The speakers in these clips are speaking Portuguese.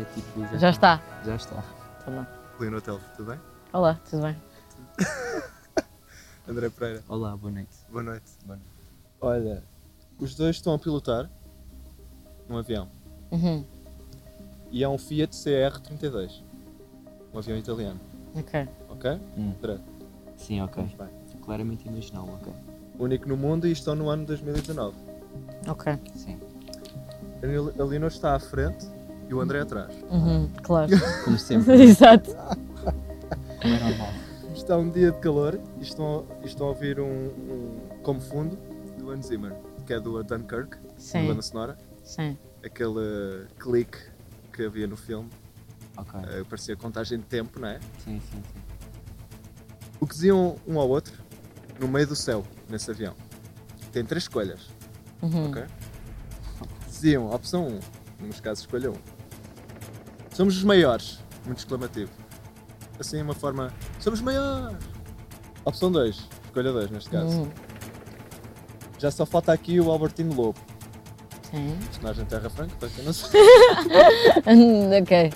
Já está. é tipo, Já está. Então vá. Lino Hotel, tudo bem? Olá, tudo bem? André Pereira, Olá, boa noite. boa noite. Boa noite. Olha, os dois estão a pilotar um avião Uhum. e é um Fiat CR32, um avião italiano, Ok. ok? Hum. André, Sim, ok. vamos bem. Claramente imaginal, ok. Único no mundo e estão no ano 2019. Ok. Sim. A Lino está à frente e o André atrás. Uhum. Claro. Como sempre, né? Exato. como é normal. Está um dia de calor e estão, e estão a ouvir um, um- como fundo do Hans Zimmer, que é do Dunkirk, da Sim. banda sonora. Sim. Aquele clique que havia no filme, Ok. eh, parecia contagem de tempo, não é? Sim, sim, sim. O que diziam um ao outro no meio do céu, nesse avião? Tem três escolhas, Uhum. ok? Diziam, opção 1, um, nos casos escolha 1. Somos os maiores, muito exclamativo. Assim, uma forma, somos os maiores! Opção 2, escolha 2 neste caso. Uhum. Já só falta aqui o Albertino Lobo, Sim. personagem de Terra Franca, para quem não sabe. ok.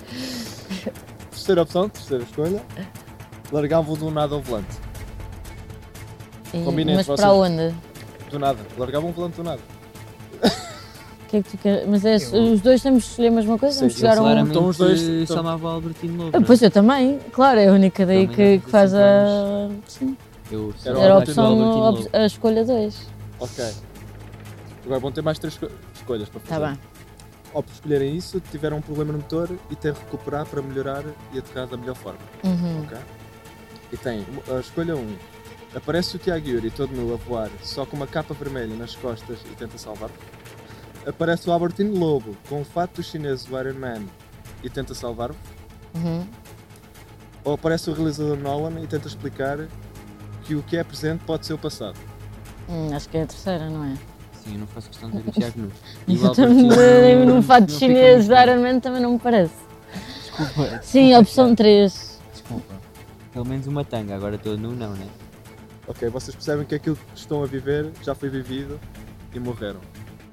terceira opção, terceira escolha. Largavam do nada ao volante. E- Combinem mas entre para vocês. onde? Do nada, largavam o volante do nada. O que é que tu queres? Mas é- Eu- os dois temos de escolher a mesma coisa? Temos de Sim, chegar a um. Claramente Então os dois- chamava o Albertino Lobo. Ah, não é? Pois eu também, claro, é a única daí Também que, não que fazia faz cinco a. Sim. Eu Era é. Era a o opção, Albertino a, Lobo. op- a escolha 2. Ok. Agora vão ter mais três esco- escolhas para fazer. Está Tá bem. Ou por escolherem isso, tiveram um problema no motor e têm de recuperar para melhorar e aterrar da melhor forma. Uhum. Ok? E tem uma- a escolha 1. Aparece o Tiago Yuri todo nu a voar, só com uma capa vermelha nas costas e tenta salvar. Aparece o Albertino Lobo com o fato chinês do Iron Man e tenta salvar. Uhum. Ou aparece o realizador Nolan e tenta explicar que o que é presente pode ser o passado. Hum, acho que é a terceira, não é? Sim, eu não faço questão de ver o Tiago nu. E o Albertino Também, não Então, Num é fato fica chinês muito de bem. Iron Man também não me parece. Desculpa. é Sim, desculpa, a opção 3. Tiago, Desculpa. Pelo menos uma tanga, agora estou nu, não, né? Ok, vocês percebem que aquilo que estão a viver já foi vivido e morreram.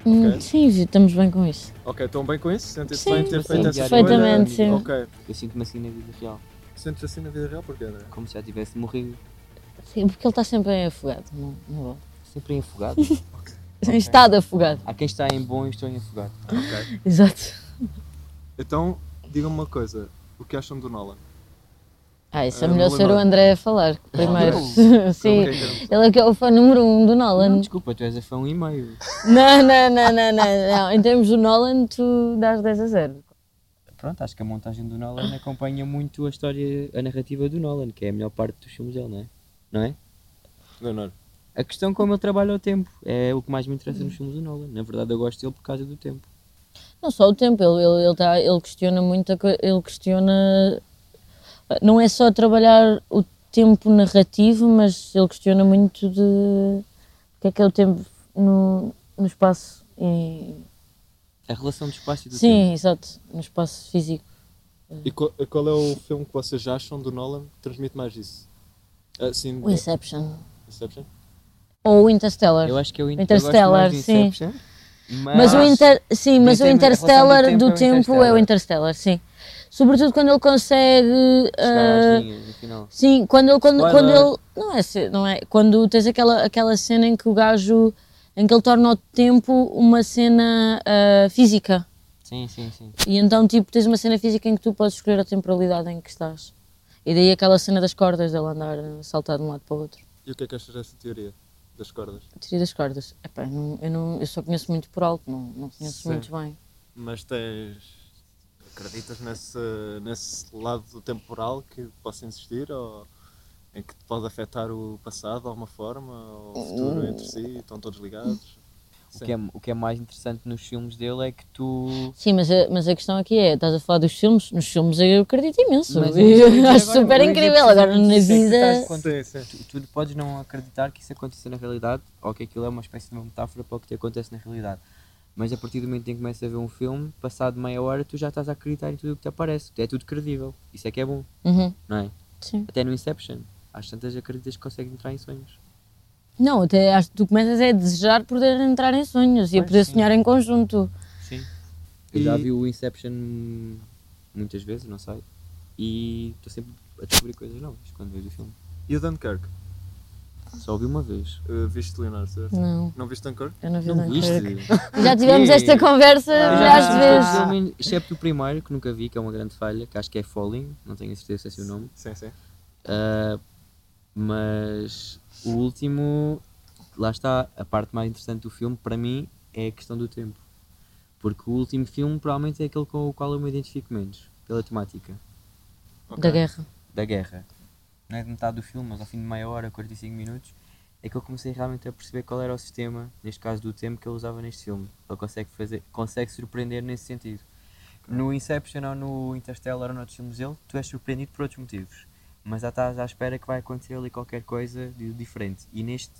Ok. Hum, Sim, vi- estamos bem com isso. Ok, estão bem com isso? Sentem-se Sim, bem ter sim, feito essa escolha? perfeitamente, sim. Ok. Eu sinto-me assim na vida real. Sentes assim na vida real, porquê, André? Como se já tivesse morrido. Sim, porque ele está sempre em afogado, não, não vou. Sempre em afogado. Em estado afogado. Há quem está em bom e estou em afogado. Ok. Exato. Então, digam-me uma coisa. O que acham do Nolan? Ah, isso é Ah, melhor não ser o lembro. André a falar Ah, primeiro. Como Sim. que é que era? Ele é que é o fã número um do Não, Nolan. desculpa, tu és a fã um e meio. Não, não, não, não, não, não. Em termos do Nolan, tu dás 10 a 0. Pronto, acho que a montagem do Nolan acompanha muito a história, a narrativa do Nolan, que é a melhor parte dos filmes dele, não é? Não é? Leonor. A questão como ele trabalha o tempo é o que mais me interessa nos filmes do Nolan. Na verdade, eu gosto dele por causa do tempo. Não só o tempo, ele, ele, ele, tá- ele questiona muita coisa, ele questiona. Não é só trabalhar o tempo narrativo, mas ele questiona muito de o que é que é o tempo no, no espaço. E... A relação do espaço e do tempo. Sim, exato, no espaço físico. E qual, qual é o filme que vocês acham do Nolan que transmite mais isso? Assim, O Inception. Inception? Ou o Interstellar. Eu acho que é o Inter- Interstellar, eu gosto mais do sim. Inception, Mas o, inter... sim, Mas mas o em Interstellar relação do do tempo tempo é o Interstellar, sim. Sobretudo quando ele consegue. Chegar ah, às linhas, no final. Sim, quando ele. Quando, quando Spoiler. ele não, é, se- não é. Quando tens aquela, aquela cena em que o gajo. em que ele torna o tempo uma cena ah, física. Sim, sim, sim. E então, tipo, tens uma cena física em que tu podes escolher a temporalidade em que estás. E daí aquela cena das cordas, dele andar a saltar de um lado para o outro. E o que é que achas dessa teoria das cordas? A teoria das cordas. Epá, não- eu, não, eu só conheço muito por alto, não, não conheço Sim. muito bem. Mas tens... Acreditas nesse, nesse lado temporal que possa existir ou em que te pode afetar o passado de alguma forma ou o futuro entre si? Estão todos ligados? O que, é, o que é mais interessante nos filmes dele é que tu. Sim, mas a, mas a questão aqui é, estás a falar dos filmes? Nos filmes eu acredito imenso. Mas é Eu isso acho agora- super mas é incrível. Agora na precisamente isso, é que vida. estás quando- Sim, sim. tu, tu podes não acreditar que isso aconteça na realidade ou que aquilo é uma espécie de uma metáfora para o que te acontece na realidade. Mas a partir do momento em que começas a ver um filme, passado meia hora, tu já estás a acreditar em tudo o que te aparece. É tudo credível. Isso é que é bom, Uhum, não é? sim. Até no Inception. Às tantas acreditas que consegues entrar em sonhos. Não, até acho que tu começas é a desejar poder entrar em sonhos e a Pois poder sim. sonhar em conjunto. Sim. Eu E- já vi o Inception muitas vezes, não sei. E estou sempre a descobrir coisas novas quando vejo o filme. E o Dunkirk? Só ouvi uma vez. Uh, viste Leonardo, certo? Não, Não viste Dunkirk? eu não vi Não Dunkirk. viste? Ah, Já tivemos quê? esta conversa Eu já milhares assisti de todos, vezes. pelo menos, excepto o primeiro, que nunca vi, que é uma grande falha, que acho que é Falling, não tenho a certeza se é o nome. Sim, sim. Ah, mas o último, lá está, a parte mais interessante do filme, para mim, é a questão do tempo. Porque o último filme, provavelmente, é aquele com o qual eu me identifico menos, pela temática Da Ok. guerra. da guerra. Não é de metade do filme, mas ao fim de meia hora, 45 minutos, é que eu comecei realmente a perceber qual era o sistema, neste caso do tempo, que ele usava neste filme. Ele consegue, fazer, consegue surpreender nesse sentido. No Inception ou no Interstellar ou noutros filmes dele, tu és surpreendido por outros motivos. Mas já estás à espera que vai acontecer ali qualquer coisa de diferente. E neste,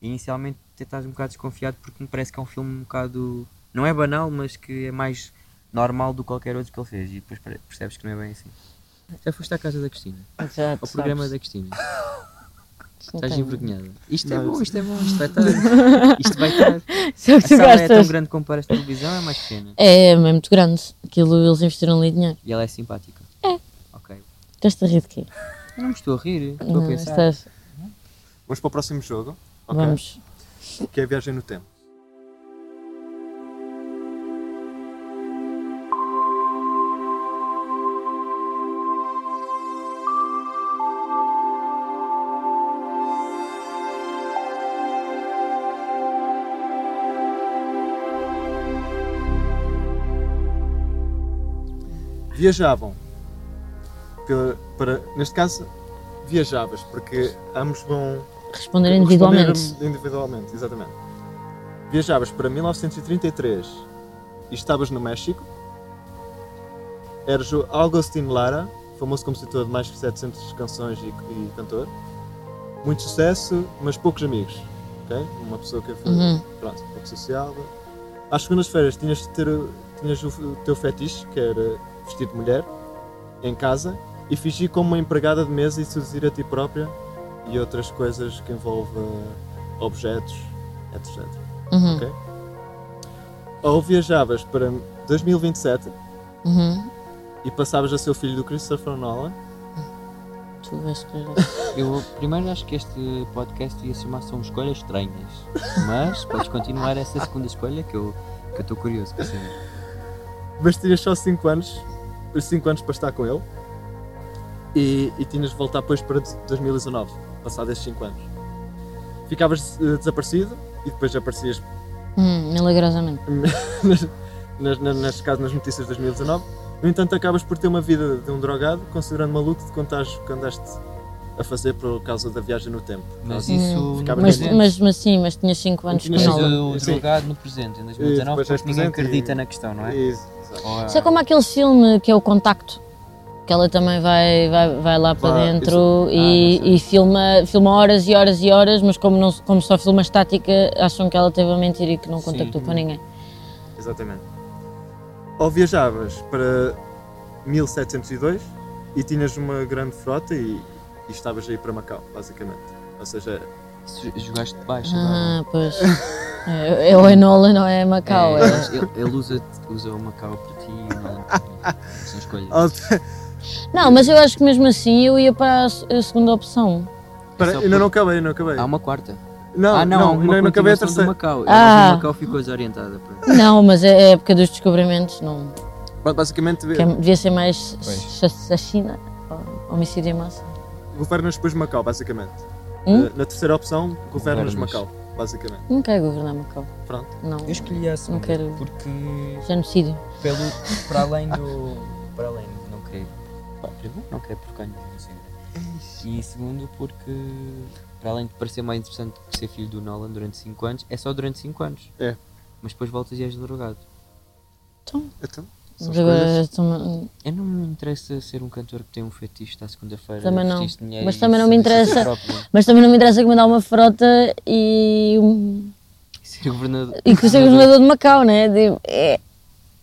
inicialmente, até estás um bocado desconfiado porque me parece que é um filme um bocado. não é banal, mas que é mais normal do que qualquer outro que ele fez. E depois pare- percebes que não é bem assim. Já foste à casa da Cristina? Exato, ao programa sabes. da Cristina. Não Estás tenho. envergonhada. Isto é Não, bom, isso- isto é bom, isto vai estar. Isto vai estar. Só A que tu sala é tão gostas. grande como parece televisão, é mais pequena. É, mas é muito grande. Aquilo eles investiram ali dinheiro. E ela é simpática. É. Ok. Estás-te a rir de quê? Eu não me estou a rir, estou a Não, é- pensar. estás- Vamos para o próximo jogo, ok? Vamos. que é a viagem no tempo. Viajavam pela- para, neste caso, viajavas, porque ambos vão Responder individualmente. Responder individualmente, exatamente. Viajavas para 1933 e estavas no México. Eras o Agustin Lara, famoso compositor de mais de 700 canções e, e cantor. Muito sucesso, mas poucos amigos. ok? Uma pessoa que foi Uhum. pronto, pouco social. Às segundas-feiras tinhas de ter o- tinhas o, o teu fetiche, que era vestir de mulher, em casa e fingir como uma empregada de mesa e seduzir a ti própria e outras coisas que envolvem objetos, etc. Uhum, Ok. Ou viajavas para 2027 uhum. e passavas a ser o filho do Christopher Nolan. Tu vais querer. Eu primeiro acho que este podcast ia se chamar São Escolhas Estranhas. Mas podes continuar essa segunda escolha que eu que eu estou curioso para saber. Mas tinhas só 5 anos, 5 anos para estar com ele e, e tinhas de voltar depois para 2019, passado esses 5 anos. Ficavas eh, desaparecido e depois aparecias Hum, milagrosamente. nas, nas, nas, nas, caso, nas notícias de 2019. No entanto, acabas por ter uma vida de um drogado, considerando maluco de contares que andaste a fazer por causa da viagem no tempo. Mas Hum. isso. Ficava no Mas, presente. mas, mas sim, mas tinhas 5 anos com Tinhas Mas cinco ela. o Sim. drogado no presente, em E depois 2019, és porque ninguém presente e- acredita na questão, não é? Isso, exato. Ou é- Isso é como aquele filme que é o Contacto, que ela também vai, vai, vai lá para Vai, dentro Ah, e, não sei. e filma, filma horas e horas e horas, mas como, não, como só filma estática, acham que ela teve a mentir e que não contactou Sim. para ninguém. Exatamente. Ou viajavas para 1702 e tinhas uma grande frota e, e estavas aí para Macau, basicamente. Ou seja, Isso eh, Jogaste de baixo agora. Ah, pois. É, é o Enola, não é Macau. É, É. mas ele, ele usa, usa o Macau para ti e não. São escolhas. ou- Não, mas eu acho que mesmo assim eu ia para a se- a segunda opção. para, É só ainda por- não acabei, não acabei. Há uma quarta. Não, ah, não, há não, uma ainda não acabei a continuação do terceira. Macau. Eu Ah. acho que o Macau ficou desorientada. pronto. Não, mas é a época dos descobrimentos, não. Ba- Basicamente, Que é- devia ser mais Pois. assassina, homicídio em massa. um- governas depois Macau, basicamente. Eh. Eh, Hum? Na terceira opção, Governas. governas Macau, basicamente. Não quero governar Macau. Pronto. Não. Eu escolhi a segunda quero. porque, Genocídio. pelo, para além do. para além de não querer. pá, Primeiro, não querer porque ganho não sei. É E segundo, porque. para além de parecer mais interessante que ser filho do Nolan durante 5 anos, é só durante 5 anos. É. Mas depois voltas e és drogado. Então, Então, são mas agora escolhas. estou- Eu não me interessa ser um cantor que tem um fetiche à segunda-feira. Também não. vestir-se de mulher Mas e também não me seduzir a si interessa. próprio. Mas também não me interessa que me dá uma frota e, um- Ser governador. e que seja governador de Macau, né? De, é,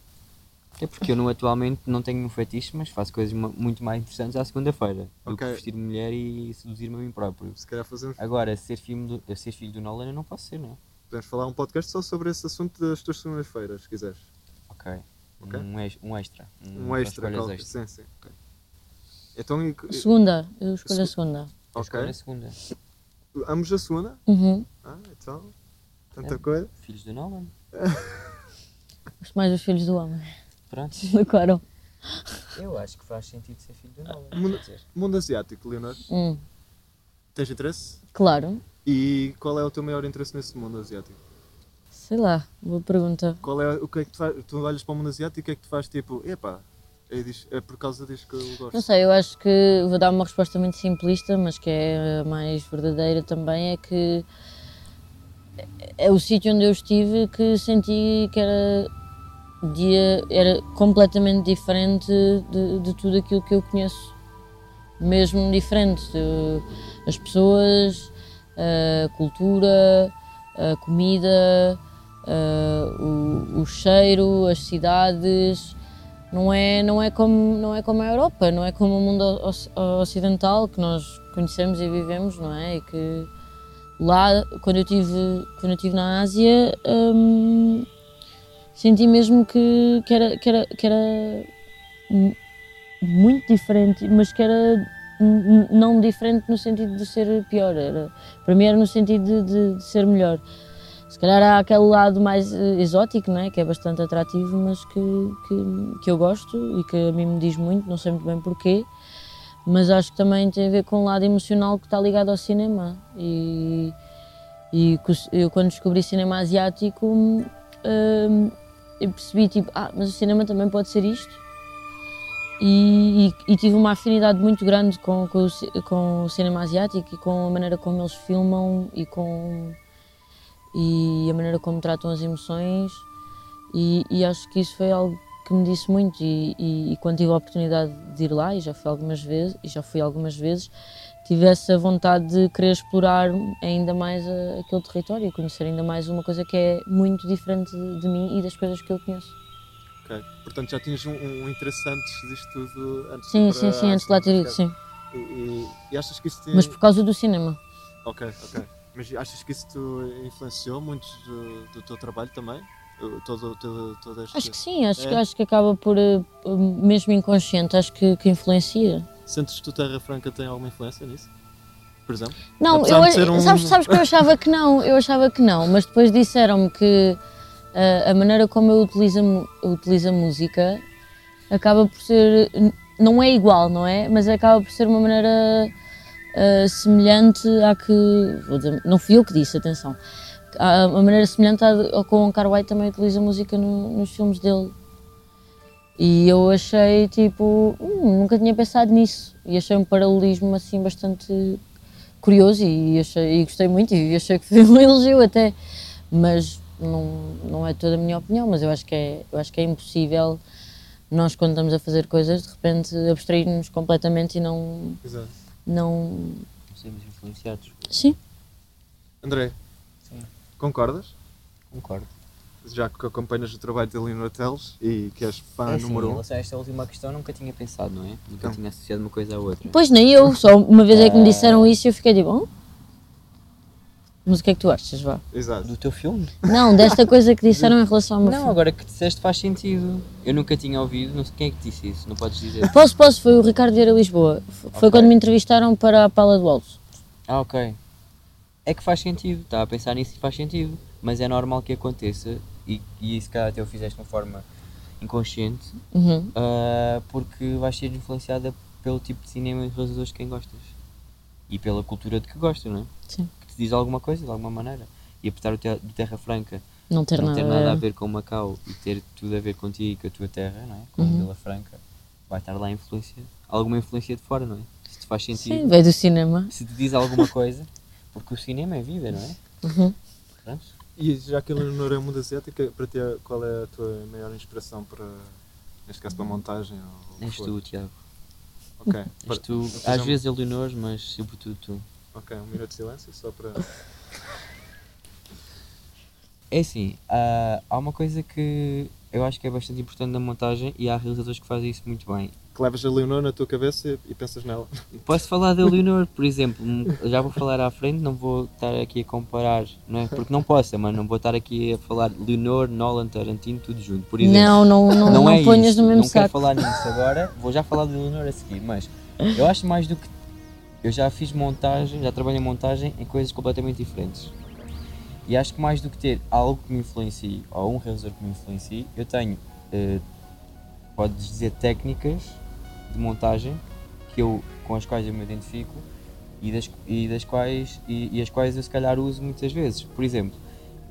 É porque eu não, atualmente não tenho um fetiche, mas faço coisas mu- muito mais interessantes à segunda-feira. Do que Ok. vestir mulher e seduzir-me a mim próprio. Se calhar fazemos, Agora, ser filho do, ser filho do Nolan eu não posso ser, não é? podemos falar um podcast só sobre esse assunto das tuas segundas-feiras, se quiseres. Ok. Ok. Um, ex- um extra. Um só extra, escolhas qualquer. extra. Sim, sim. ok. Então, e- e- Segunda, eu escolho a Segu- segunda. Eu ok. escolho a segunda. Ambos a segunda? Uhum. Ah, então. É. Tanta coisa. Filhos do Nolan. Gosto mais dos filhos do homem, Pronto. do Quaron. Eu acho que faz sentido ser filho do Nolan. Ah, Mundo- quer dizer, Mundo asiático, Leonardo. Hum, Tens interesse? claro, E qual é o teu maior interesse nesse mundo asiático? sei lá, boa pergunta. Qual é o que é que tu faz? Tu olhas para o mundo asiático e o que é que tu faz tipo, epá, é, dis- é por causa disso que eu gosto. Não sei, eu acho que vou dar uma resposta muito simplista, mas que é a mais verdadeira também, é que é o sítio onde eu estive que senti que era, dia, era completamente diferente de, de tudo aquilo que eu conheço. Mesmo diferente. Eu- As pessoas, a cultura, a comida, a- o, o cheiro, as cidades. Não é, não, é como, não é como a Europa, não é como o mundo oc- ocidental que nós conhecemos e vivemos, não é? E que lá, quando eu estive quando eu tive na Ásia, hum, senti mesmo que, que, era, que, era, que era mu- muito diferente, mas que era n- não diferente no sentido de ser pior, era, para mim era no sentido de, de- de ser melhor. Se calhar há aquele lado mais eh, exótico, não é? que é bastante atrativo, mas que, que, que eu gosto e que a mim me diz muito, não sei muito bem porquê, mas acho que também tem a ver com o lado emocional que está ligado ao cinema. E, e co- eu, quando descobri cinema asiático, hum, hum, eu percebi tipo, ah, mas o cinema também pode ser isto. E, e- e tive uma afinidade muito grande com, com, o, ci- com o cinema asiático e com a maneira como eles filmam e com e a maneira como tratam as emoções e, e acho que isso foi algo que me disse muito e, e- e quando tive a oportunidade de ir lá e já fui algumas vezes e já fui algumas vezes tive essa vontade de querer explorar ainda mais a- aquele território e conhecer ainda mais uma coisa que é muito diferente de, de mim e das coisas que eu conheço Ok. Portanto, já tinhas um, um interesse antes disto tudo. Antes sim de ir para sim a sim Ásia, antes de lá ter ido ok. sim E, e- e achas que isso tem. mas por causa do cinema Ok, ok. Mas achas que isso te influenciou muito do, do teu trabalho também? O- Todo, todo, todo este... acho que sim acho, que É? acho que acaba por eh, mesmo inconsciente acho que, que influencia Sentes que tu Terra Franca tem alguma influência nisso? Por exemplo? Não, Apesar eu, de ser um- sabes, sabes que eu achava que não, eu achava que não, mas depois disseram-me que ah, a maneira como eu utilizo, a mu- eu utilizo a música acaba por ser, n- não é igual, não é? Mas acaba por ser uma maneira ah, semelhante à que, vou dizer, não fui eu que disse, atenção, a uma maneira semelhante à de- ao que o Kar Wai também utiliza a música no- nos filmes dele. E eu achei tipo, hum, nunca tinha pensado nisso. E achei um paralelismo assim bastante curioso e, achei, e gostei muito e achei que foi um elogio até. Mas não, não é toda a minha opinião, mas eu acho que é, eu acho que é impossível nós quando estamos a fazer coisas de repente abstrair-nos completamente e não, Exato. não. não sermos influenciados. Sim, André, Sim. concordas? Concordo. Já que acompanhas o trabalho de Leonor Teles e que és fã É assim, número Em 1. Um. relação a esta última questão, nunca tinha pensado, não é? Nunca Então. tinha associado uma coisa à outra. pois nem eu, só uma vez é que me Ah. disseram isso e eu fiquei de bom. Mas o que é que tu achas, vá? Exato. Do teu filme? Não, desta coisa que disseram em relação ao meu Não, filme. agora que disseste faz sentido. Eu nunca tinha ouvido, não sei quem é que disse isso, não podes dizer. Posso, posso, foi o Ricardo Vieira Lisboa. F- Foi Ok. quando me entrevistaram para a Pala do Alto. Ah, ok. É que faz sentido, estava a pensar nisso e faz sentido. Mas é normal que aconteça e, e isso calhar até eu fizeste de uma forma inconsciente, Uhum. ah, porque vais ser influenciada pelo tipo de cinema e realizadores de quem gostas. E pela cultura de que gostas, não é? Sim. Que te diz alguma coisa, de alguma maneira. E apesar do te- do Terra Franca Não ter, não nada, ter nada a a ver com Macau e ter tudo a ver contigo e com a tua terra, não é? Com Uhum. Vila Franca, vai estar lá influência, alguma influência de fora, não é? Se te faz Sim, sentido, veio do cinema. se te diz alguma coisa, porque o cinema é vida, não é? Uhum. Pronto. E já que a Leonor é um mundo asiático, para ti, qual é a tua maior inspiração para, neste caso, para a montagem? Ou o que És for? tu, Tiago. Ok. És Para- tu, às vezes a Leonor, mas sobretudo tu. Ok, um minuto de silêncio só para. É assim, ah, há uma coisa que eu acho que é bastante importante na montagem e há realizadores que fazem isso muito bem, que levas a Leonor na tua cabeça e, e pensas nela. Posso falar da Leonor, por exemplo, um, já vou falar à frente, não vou estar aqui a comparar, não é? Porque não posso, mano, não vou estar aqui a falar Leonor, Nolan, Tarantino, tudo junto, por exemplo. Não, não, não, não, é ponhas isto, no mesmo não quero saco. falar nisso agora, vou já falar de Leonor a seguir, mas eu acho mais do que. Eu já fiz montagem, já trabalho em montagem em coisas completamente diferentes. E acho que mais do que ter algo que me influencie ou um realizador que me influencie, eu tenho, eh, podes dizer, técnicas de montagem que eu, com as quais eu me identifico e das, e das quais e, e as quais eu se calhar uso muitas vezes. Por exemplo,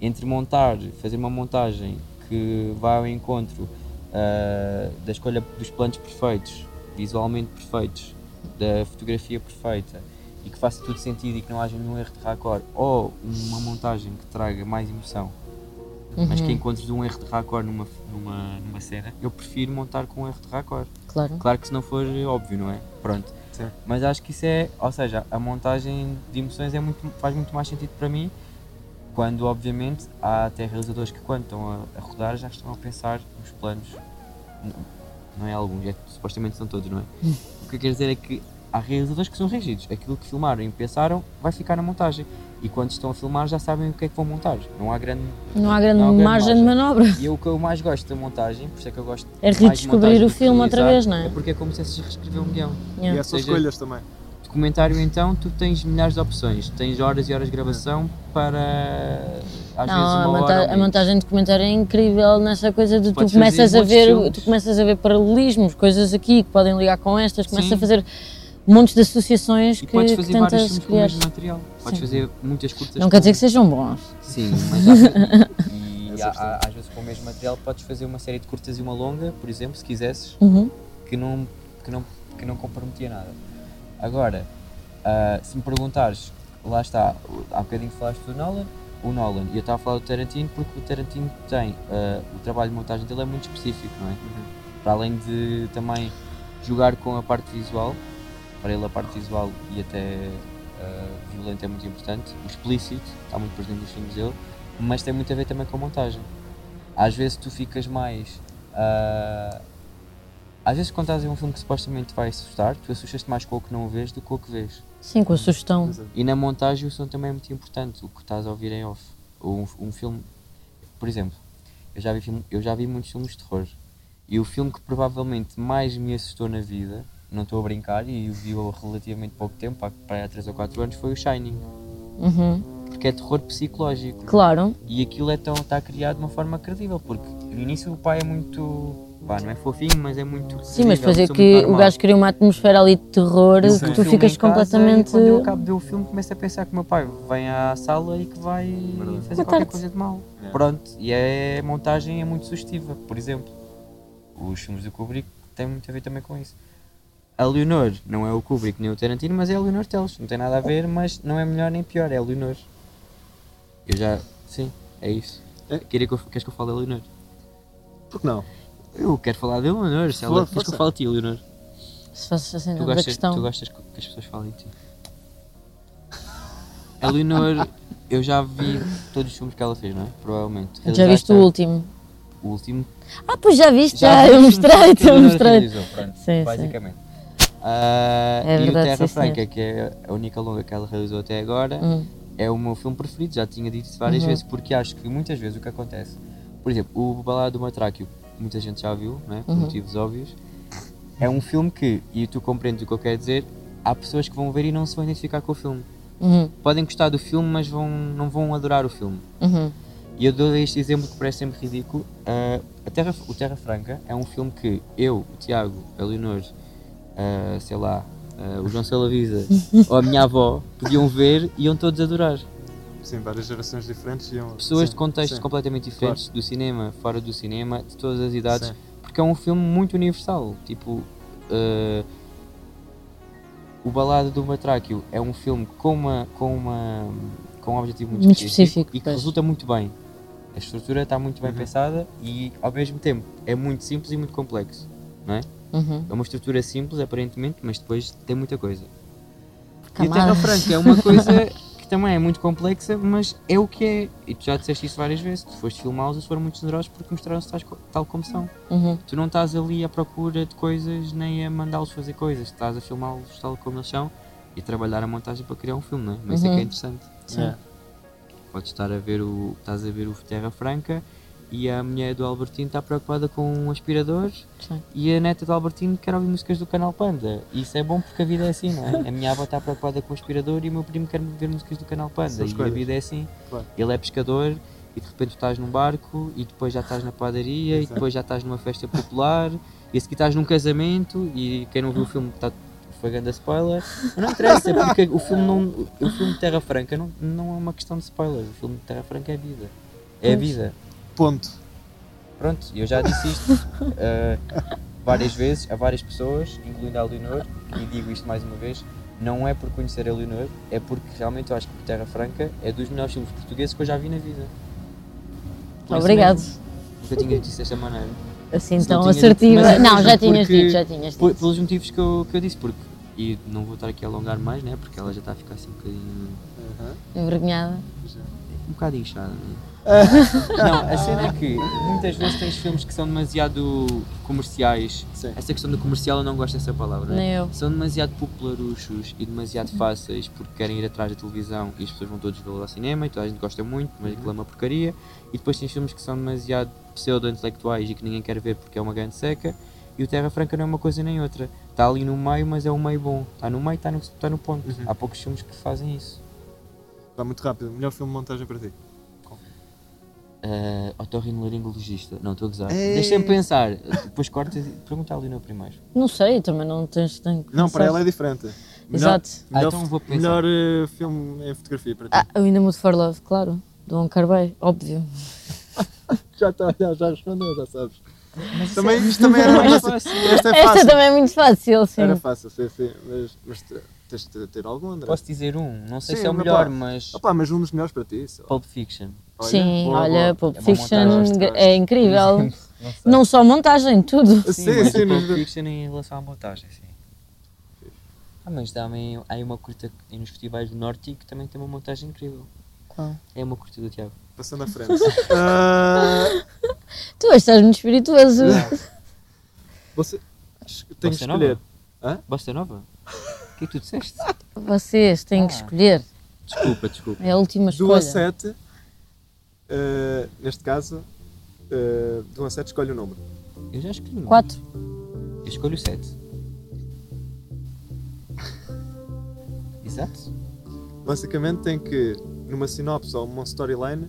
entre montar, fazer uma montagem que vai ao encontro ah, da escolha dos planos perfeitos, visualmente perfeitos, da fotografia perfeita e que faça tudo sentido e que não haja nenhum erro de raccord ou uma montagem que traga mais emoção, mas que Uhum, encontres um erro de raccord numa, numa, numa cena, eu prefiro montar com um erro de raccord. Claro. Claro que se não for óbvio, não é? Pronto. Sim. Mas acho que isso é, ou seja, a montagem de emoções é muito, faz muito mais sentido para mim quando, obviamente, há até realizadores que quando estão a, a rodar já estão a pensar nos planos. N- Não, é alguns, é, supostamente são todos, não é? o que eu quero dizer é que há realizadores que são rígidos. Aquilo que filmaram e pensaram vai ficar na montagem. E quando estão a filmar já sabem o que é que vão montar. Não há grande. Não há grande não há grande margem de margem. manobra. E é o que eu mais gosto da montagem, por isso é que eu gosto É mais de montagem redescobrir do o que filme outra realizar, vez, não é? É porque é como se se reescrever um guião. Yeah. E é só Ou seja, escolhas também. Documentário então, tu tens milhares de opções, tens horas e horas de gravação para às vezes Não, uma a, monta- hora. a montagem de documentário é incrível nessa coisa de tu Podes começas fazer a ver, muitos tu filmes. começas a ver paralelismos, coisas aqui que podem ligar com estas, começas Sim. a fazer montes de associações E que, podes que fazer vários filmes tentas com o criar. mesmo material. Podes Sim. fazer muitas curtas. Não quer com- dizer que sejam bons. Sim, mas há- e Essa há- questão. há- às vezes com o mesmo material podes fazer uma série de curtas e uma longa, por exemplo, se quisesses. Uhum. que não, que não, que não comprometia nada. Agora, ah, se me perguntares, lá está, há bocadinho falaste do Nolan, o Nolan, e eu estava a falar do Tarantino porque o Tarantino tem, ah, o trabalho de montagem dele é muito específico, não é? Para além de também jogar com a parte visual, para ele a parte visual e até ah, violenta é muito importante, o explícito, está muito presente nos filmes dele, mas tem muito a ver também com a montagem. Às vezes tu ficas mais. ah, às vezes quando estás a ver um filme que supostamente vai assustar, tu assustas-te mais com o que não vês do que com o que vês. Sim, com a sugestão. Exato. E na montagem o som também é muito importante, o que estás a ouvir em off. Ou um, um filme, por exemplo, eu já, vi filme- eu já vi muitos filmes de terror. E o filme que provavelmente mais me assustou na vida, não estou a brincar, e eu vi-o há relativamente pouco tempo, há para aí há 3 ou 4 anos, foi o Shining. Uhum. Porque é terror psicológico. Claro. E aquilo é tão, está criado de uma forma credível, porque no início o pai é muito. Pá, não é fofinho, mas é muito. Sim, credível, mas depois uma é pessoa que muito o normal. gajo cria uma atmosfera ali de terror Sim. que Um tu filme ficas em casa, completamente. e Quando eu acabo de ver o filme, começo a pensar que o meu pai vem à sala e que vai Verdade. fazer qualquer Matar-te. coisa de mal. É. Pronto, e é- a montagem é muito sugestiva, por exemplo. Os filmes do Kubrick têm muito a ver também com isso. A Leonor não é o Kubrick nem o Tarantino, mas é a Leonor Teles. Não tem nada a ver, mas não é melhor nem pior, é a Leonor. Eu já. Sim, é isso. É. Queria que eu, queres que eu fale da Leonor? Por que não? Eu quero falar da Leonor. Se ela, Fala, queres que força. eu fale a ti, Leonor? Se fosse assim, Tu da gostas, questão. tu gostas que que as pessoas falem de ti. A Leonor, eu já vi todos os filmes que ela fez, não é? Provavelmente. Já viste Realizaste o último? o último? Ah, pois já viste, já, vi eu os mostrei, filmes que a eu Leonor mostrei. realizou, pronto, Sim, sim. basicamente. Ah, É e o verdade, Terra sim, senhor. Franca, que é a única longa que ela realizou até agora, Hum. é o meu filme preferido, já tinha dito isso várias Uhum. vezes, porque acho que muitas vezes o que acontece, por exemplo, o Balada do Matráquio, muita gente já viu, né, por Uhum. motivos óbvios, é um filme que, e tu compreendes o que eu quero dizer, há pessoas que vão ver e não se vão identificar com o filme. Uhum. Podem gostar do filme, mas vão, não vão adorar o filme. Uhum. E eu dou este exemplo que parece sempre ridículo. ah, a Terra, o Terra Franca é um filme que eu, o Tiago, a Leonor, ah, sei lá, ah, o João Salavisa ou a minha avó podiam ver e iam todos adorar Sim, várias gerações diferentes e um... pessoas Sim, de contextos sim. completamente diferentes do cinema, fora do cinema, de todas as idades, Sim. porque é um filme muito universal. Tipo, eh, o Balada do Matráquio é um filme com uma com uma com um objetivo muito, Muito específico, e que pois. resulta muito bem. A estrutura está muito bem Uhum. pensada e ao mesmo tempo é muito simples e muito complexo, não é? Uhum. É uma estrutura simples aparentemente, mas depois tem muita coisa. E o Terra Camadas. Franca é uma coisa que que também é muito complexa, mas é o que é. E tu já disseste isso várias vezes. Tu foste filmá-los, eles foram muito generosos porque mostraram-se tais co- tal como são. Uhum. Tu não estás ali à procura de coisas nem a mandá-los fazer coisas. Estás a filmá-los tal como eles são e a trabalhar a montagem para criar um filme, não é? Mas isso é que Uhum. é interessante. Sim. Yeah. Podes estar a ver o. Estás a ver o Terra Franca e a mulher do Albertino está preocupada com um aspirador Sim. e a neta do Albertino quer ouvir músicas do canal Panda. E Isso é bom porque a vida é assim, não é? A minha avó está preocupada com o aspirador e o meu primo quer ver músicas do canal Panda. São as E a coisas. vida é assim. Claro. Ele é pescador e de repente tu estás num barco e depois já estás na padaria e Exato. depois já estás numa festa popular e a seguir estás num casamento e quem não viu o filme está. Foi grande spoiler. Mas Não interessa, porque o filme, não, o filme de Terra Franca não, não é uma questão de spoiler. O filme de Terra Franca é vida. É a Pois. vida. Ponto. Pronto, eu já disse isto uh, várias vezes a várias pessoas, incluindo a Leonor, e digo isto mais uma vez: não é por conhecer a Leonor, é porque realmente eu acho que Terra Franca é dos melhores filmes portugueses que eu já vi na vida. Por isso Obrigado. mesmo, Nunca tinha dito isto desta maneira. Assim Se não tão tinhas assertiva. dito, mas- não, já mas tinhas porque- dito, já tinhas Por- dito. pelos motivos que eu, que eu disse, porque. E não vou estar aqui a alongar mais, né? Porque ela já está a ficar assim um bocadinho. Aham, Envergonhada. já. um bocado inchada. Não, é? não, a cena é que muitas vezes tens filmes que são demasiado comerciais. Sim. Essa questão do comercial eu não gosto dessa palavra. Nem né? eu. São demasiado popularuchos e demasiado Uhum. fáceis porque querem ir atrás da televisão e as pessoas vão todos vê-los ao cinema e toda a gente gosta muito, mas Uhum. aquilo é uma porcaria. E depois tens filmes que são demasiado pseudo-intelectuais e que ninguém quer ver porque é uma grande seca. E o Terra Franca não é uma coisa nem outra. Está ali no meio, mas é um meio bom. Está no meio, está no, está no ponto. Uhum. Há poucos filmes que fazem isso. Vai muito rápido. Melhor filme de montagem para ti. Uh, otorrinolaringologista. Não, estou a gozar. Ei. Deixa-me pensar. Depois cortas e pergunta ali no primeiro. Não sei, também não tens tanto. que Não, para pensar. ela é diferente. Melhor- Exato. Ah, Melhor, então vou pensar. melhor eh, filme em fotografia para ti. Ah, eu ainda mudo for love, claro. Do Juan Carvalho, óbvio. Já está, já, já respondeu, já sabes. também, isto também era Mais fácil. fácil. Esta é Esta fácil. também é muito fácil, sim. Era fácil, sim, sim. Mas, mas te- tens de ter algum, André. Posso dizer um? Não sei Sim, se é o mas melhor, pá. mas. Opa, mas um dos melhores para ti. sei lá. Pulp Fiction. sim, boa, olha, boa. Pulp É uma Fiction montagem, gra- gosto. é incrível. Não sei. Não só montagem, tudo. Sim, sim, mas o Pulp mas- Fiction em relação à montagem, sim. Ah, mas também há aí uma curta que- nos festivais do Norte que também tem uma montagem incrível. É uma curta do Tiago. Passando à frente. Ah, Tu hoje estás muito espirituoso. você. Tenho que Bossa escolher. Nova? Hã? Bossa Nova? O que é que tu disseste? Vocês têm que Ah. escolher. Desculpa, desculpa. É a última Do escolha. a 7, neste caso, eh, do a 7 escolhe o número. Eu já escolhi. um. Quatro. Eu escolho o 7. Exato. Basicamente tem que, numa sinopse ou uma storyline,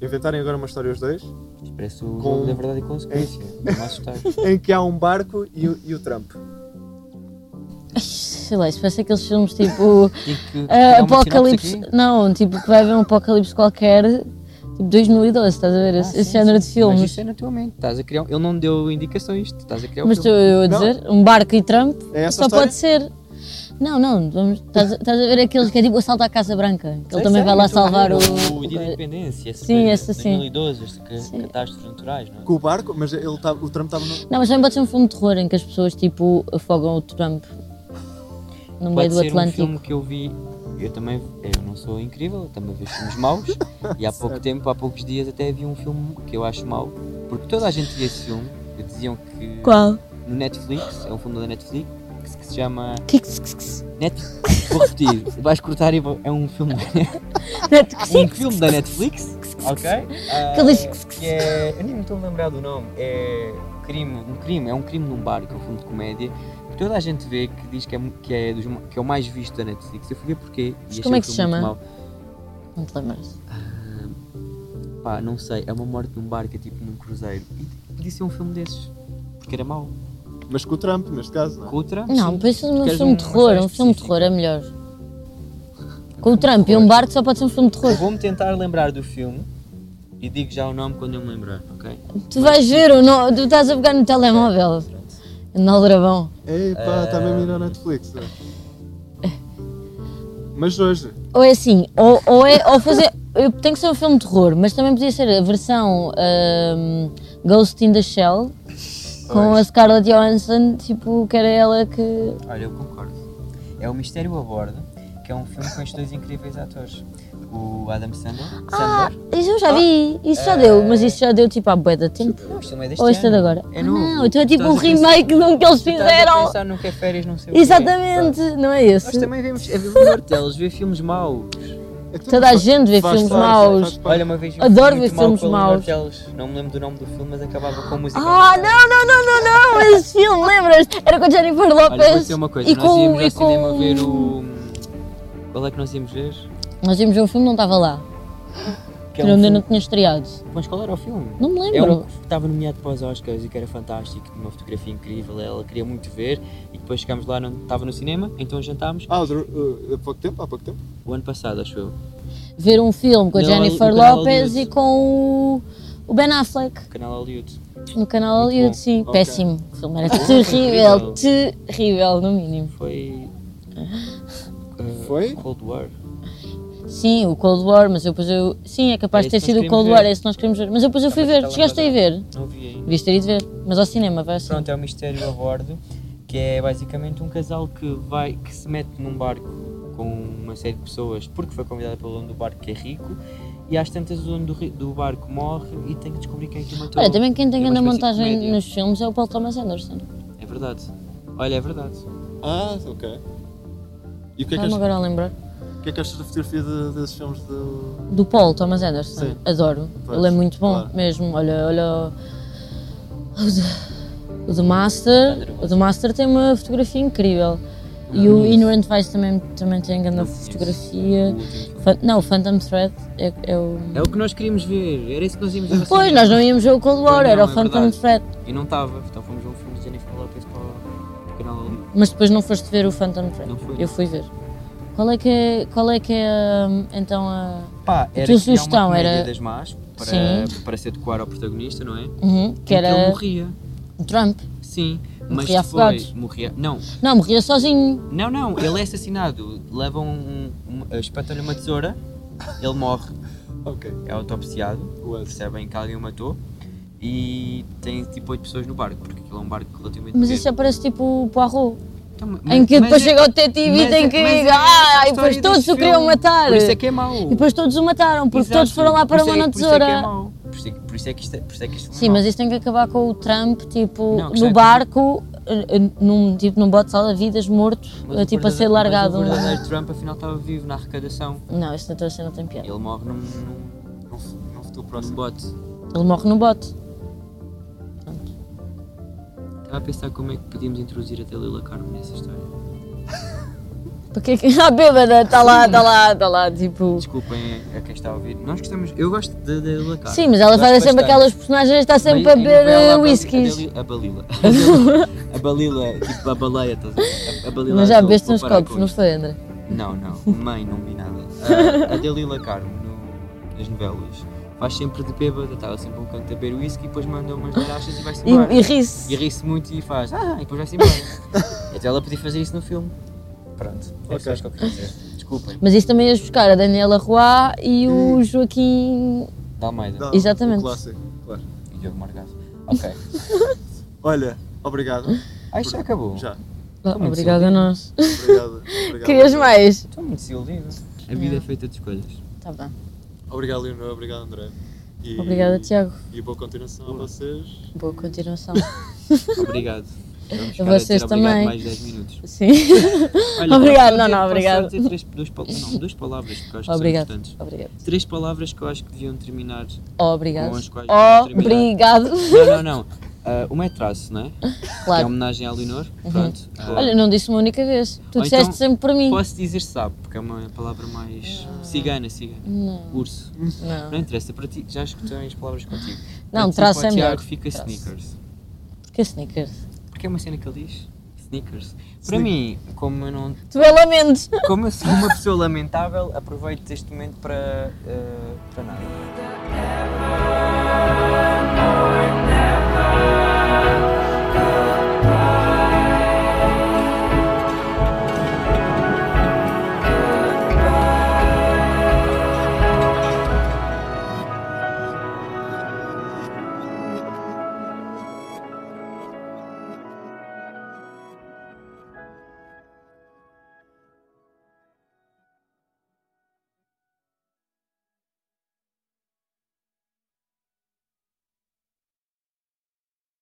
inventarem agora uma história os dois, Isto parece o Com- jogo da verdade e consequência. Não assustar. em que há um barco e, o- e o Trump. Ai, Sei lá, isso parece aqueles filmes tipo Tem que- ah, tem que dar uma Apocalipse. sinopse aqui? Não, tipo que vai haver um apocalipse qualquer, tipo 2012, estás a ver? Ah, esse esse sim, género sim. de filmes. Mas isso é na tua mente. Estás a criar... um- Ele não deu indicações. Estás a criar um Mas estou filme. eu a Não. dizer, um barco e Trump, É essa só a história? pode ser. Não, não, vamos, estás, estás a ver aqueles que é tipo o assalto à Casa Branca, que Sei, ele também sei, vai lá é eu estou a salvar ver o. O Dia da Independência. esse Sim, de esse sim. 2012, esse ca- Sim. catástrofes naturais, não é? Com o barco, mas ele tá, o Trump estava no. Não, mas também pode ser um filme de terror em que as pessoas tipo afogam o Trump no meio Pode do ser um Atlântico. filme que eu vi... Eu também... Eu não sou incrível. Eu também vejo filmes maus. E há pouco tempo, há poucos dias, até vi um filme que eu acho mau. Porque toda a gente via esse filme. E diziam que... Qual? no Netflix, é um filme da Netflix que se- que se chama Kix, kix, kix. Net... Vou repetir, vais cortar e vou... é um filme da Net- Neto, kix, um kix, filme da Netflix, ok? Ah, Aqueles que- que- que é eu nem me estou a lembrar do nome, é crime, um crime, é um crime num bar, que é um filme de comédia que toda a gente vê que diz que é, mu- que é, dos ma- que é o mais visto da Netflix. Eu fui ver porquê. e Mas achei como é que o se filme muito chama? mau. Não te lembras? Pá, não sei, é uma morte num barco, é tipo num cruzeiro. E podia ser um filme desses, porque era mau. Mas com o Trump, neste caso, não é? Cutra? Ah. Não, pensa num Queres um filme de uma terror, história um filme de específica? terror é melhor. Com o Trump e um barco só pode ser um filme de terror. Vou-me tentar lembrar do filme e digo já o nome quando eu me lembrar, ok? Tu vais ver, o no... tu estás a pegar no telemóvel, Pronto. no aldrabão. Ei, pá, está é? tá mesmo a ir ao Netflix. não é? Mas hoje, Ou é assim, ou, ou é ou fazer. eu- Tem que ser um filme de terror, mas também podia ser a versão ahm, Ghost in the Shell com a Pois. Scarlett Johansson, tipo, que era ela que. Olha, eu concordo. É o mistério a bordo, que é um filme com estes dois incríveis atores. O Adam Sandler. Ah, Sandler. isso eu já vi, isso já deu, mas isso já deu tipo há bué de tempo. Não, Ah, é. este filme é deste Ou este é de ano. agora? É Ah, novo. não, então é tipo Estás um a pensar- remake de um que eles Estás a fizeram. pensar no que é férias, não sei o quê. Exatamente, não é Nós esse? também vemos, é ver martelos, ver filmes maus. Toda a gente vê é Faz filmes parte, maus. faz parte. Olha, uma vez vi um Adoro filme muito ver mau filmes com a Leonor maus. Teles. Não me lembro do nome do filme, mas acabava com música. Ah, não, não, não, não, não! Esse filme, lembras? Era com a Jennifer Lopez. Olha, vou dizer uma coisa, e nós com- íamos ao e com- cinema ver o... Qual é que nós íamos ver? Nós vimos um filme, não estava lá. Que Eu é um ainda filme- não tinha estreado. Mas qual era o filme? Não me É lembro. um que estava nomeado para os Oscars e que era fantástico, tinha uma fotografia incrível, ela queria muito ver e depois chegámos lá, não estava no cinema, então jantámos, Ah, dur- uh, há pouco tempo, há pouco tempo. o ano passado acho eu, Ver um filme com a Não, Jennifer no canal Lopez Hollywood. e com o- o Ben Affleck. no canal Hollywood. No canal Muito bom. Hollywood, sim. Ok. Péssimo. O filme era Terrível. terrível, terrível, no mínimo. Foi... eh, Foi? Cold War. Sim, o Cold War, mas eu depois eu. Sim, é capaz É de ter esse que nós sido o queremos Cold War, ver. é esse que nós queremos ver. Mas eu depois eu Ah, fui mas ver, está lá chegaste a ir ver. Não vi ainda. Devias ter ido ver, mas ao cinema, vai assim. Pronto, é um mistério a bordo, que é basicamente um casal que vai que se mete num barco com uma série de pessoas porque foi convidado pelo dono do barco que é rico e às tantas o dono do, ri- do barco morre e tem que descobrir quem é que o matou. Olha, também quem tem É uma grande espécie de montagem comédia. nos filmes é o Paul Thomas Anderson. É verdade. Olha, é verdade. Ah, ok. E o que é que, Vamos achas, agora a lembrar. o que é que achas da fotografia de- desses filmes do. Do Paul Thomas Anderson. Sim. Adoro. Pois, Ele é muito bom claro. mesmo. Olha, olha. o- O The, o The Master. O The Master tem uma fotografia incrível. E Não o conheço. Ignorant Vice também, também tem grande Não conheço. fotografia. O último. Fa- Não, o Phantom Thread é, é o. É o que nós queríamos ver, era isso que nós íamos ver. ao Pois, cinema. nós não íamos ver o Cold War, Pois era não, o é Phantom verdade. Thread. E não estava, então fomos ver um filme de Jennifer Lopez para o canal. Mas depois não foste ver o Phantom Thread. Não fui. Eu fui ver. Qual é que é, qual é, que é hum, então a. Pá, tua era criar sugestão uma comédia era- das más para, para se adequar ao protagonista, não é? Uhum, que Em ele era morria. o Trump. Sim, mas Morria depois afogado. morria. Não, Não, morria sozinho. não, não, ele é assassinado. Levam um, um, espetam-lhe uma tesoura, ele morre, Ok, é autopsiado, Wes. percebem que alguém o matou e tem tipo 8 pessoas no barco, porque aquilo é um barco relativamente Mas pequeno. isso aparece tipo o Poirot. Então, ma- Em que mas depois é- chega o detetive e mas tem é- que mas é ir. essa Ah, a e depois história todos desse o queriam filme. matar. Por isso é que é mau. E depois todos o mataram, porque Exato. todos foram lá para a Por isso mão é- na por isso é que é tesoura. mau. Por isso é que- Por isso é que isto é- por isso é que isto é Sim, mau. mas isso tem que acabar com o Trump, Não, tipo, que já é no tipo- barco, eh, eh, num, tipo, num bote de salva-vidas, morto, Mas eh, o tipo, a ser verdadeiro- largado. Mas o verdadeiro Trump afinal estava vivo na arrecadação. Não, isso na tua cena tem piada. Ele morre num, num, Não, f- não futuro num próximo. bote. Ele morre no bote. Estava a pensar como é que podíamos introduzir a Dalila Carmen nessa história. Porque a é Ah, bêbada está lá, está lá, está lá, tipo. Desculpem a quem está a ouvir. Nós gostamos. Eu gosto da Dalila Carmen. Sim, mas ela Gosto faz sempre bastante. aquelas personagens, está sempre a Mas em beber novela, eh, a Bali- whiskies. A Dalila. A Dalila. A Balila, tipo a baleia, estás a ver? A- a Balila Mas já azul, bebeste vou uns parar copos, com não isto. foi, André? Não, não. Mãe, não vi nada. A, a Dalila Carmen, no- nas novelas, faz sempre de bêbada, estava sempre um canto a beber whisky e depois manda umas larachas e vai-se E, embora. e ri-se. E ri-se muito e faz, ah, e depois vai-se embora. Até ela podia fazer isso no filme. Pronto, é Ok. só isto que eu queria dizer. Desculpem, Mas isso também ias buscar a Daniela Roy e Hum. o Joaquim. da Almeida Dá, Exatamente. o Clássico, claro. e Diogo Morgado. Ok. Olha, obrigado. Hum? Ah, isto já acabou. Já. Ah, Como é que Obrigada a nós. Obrigado. obrigado Querias mais? Estou muito desiludido. A vida é feita de escolhas. Tá bem. Obrigado, Leonor. Obrigado, André. E- Obrigada, Tiago. E boa continuação a vocês. Boa continuação. Obrigado. Vamos A vocês ficar a dizer obrigado também. mais 10 minutos. Sim. Olha, Obrigado, posso não, não, dizer- obrigado. posso só dizer três- duas, pa- não, duas palavras que eu acho que Obrigado. são importantes. Obrigado. Três palavras que eu acho que deviam terminar. Obrigado. Com as quais vamos Obrigado. Não, não, não. Ah, uma é traço, não é? Que é Claro. Uhum. homenagem à Leonor. Pronto. Ah, Olha, não disse uma única vez. Tu Ou disseste então, sempre para mim. Posso dizer sabe, porque é uma palavra mais cigana, cigana. Não, Urso. Não é? não. interessa, para ti já escutei as palavras contigo. Para Não, ti, traço para o é melhor. Tiago fica Traço. sneakers. Porque sneakers. Porque é uma cena que ele diz? Sneakers. Para mim, como eu não Tu é lamento. Como eu sou uma pessoa lamentável, aproveito este momento ah, para, eh, para nada. Thank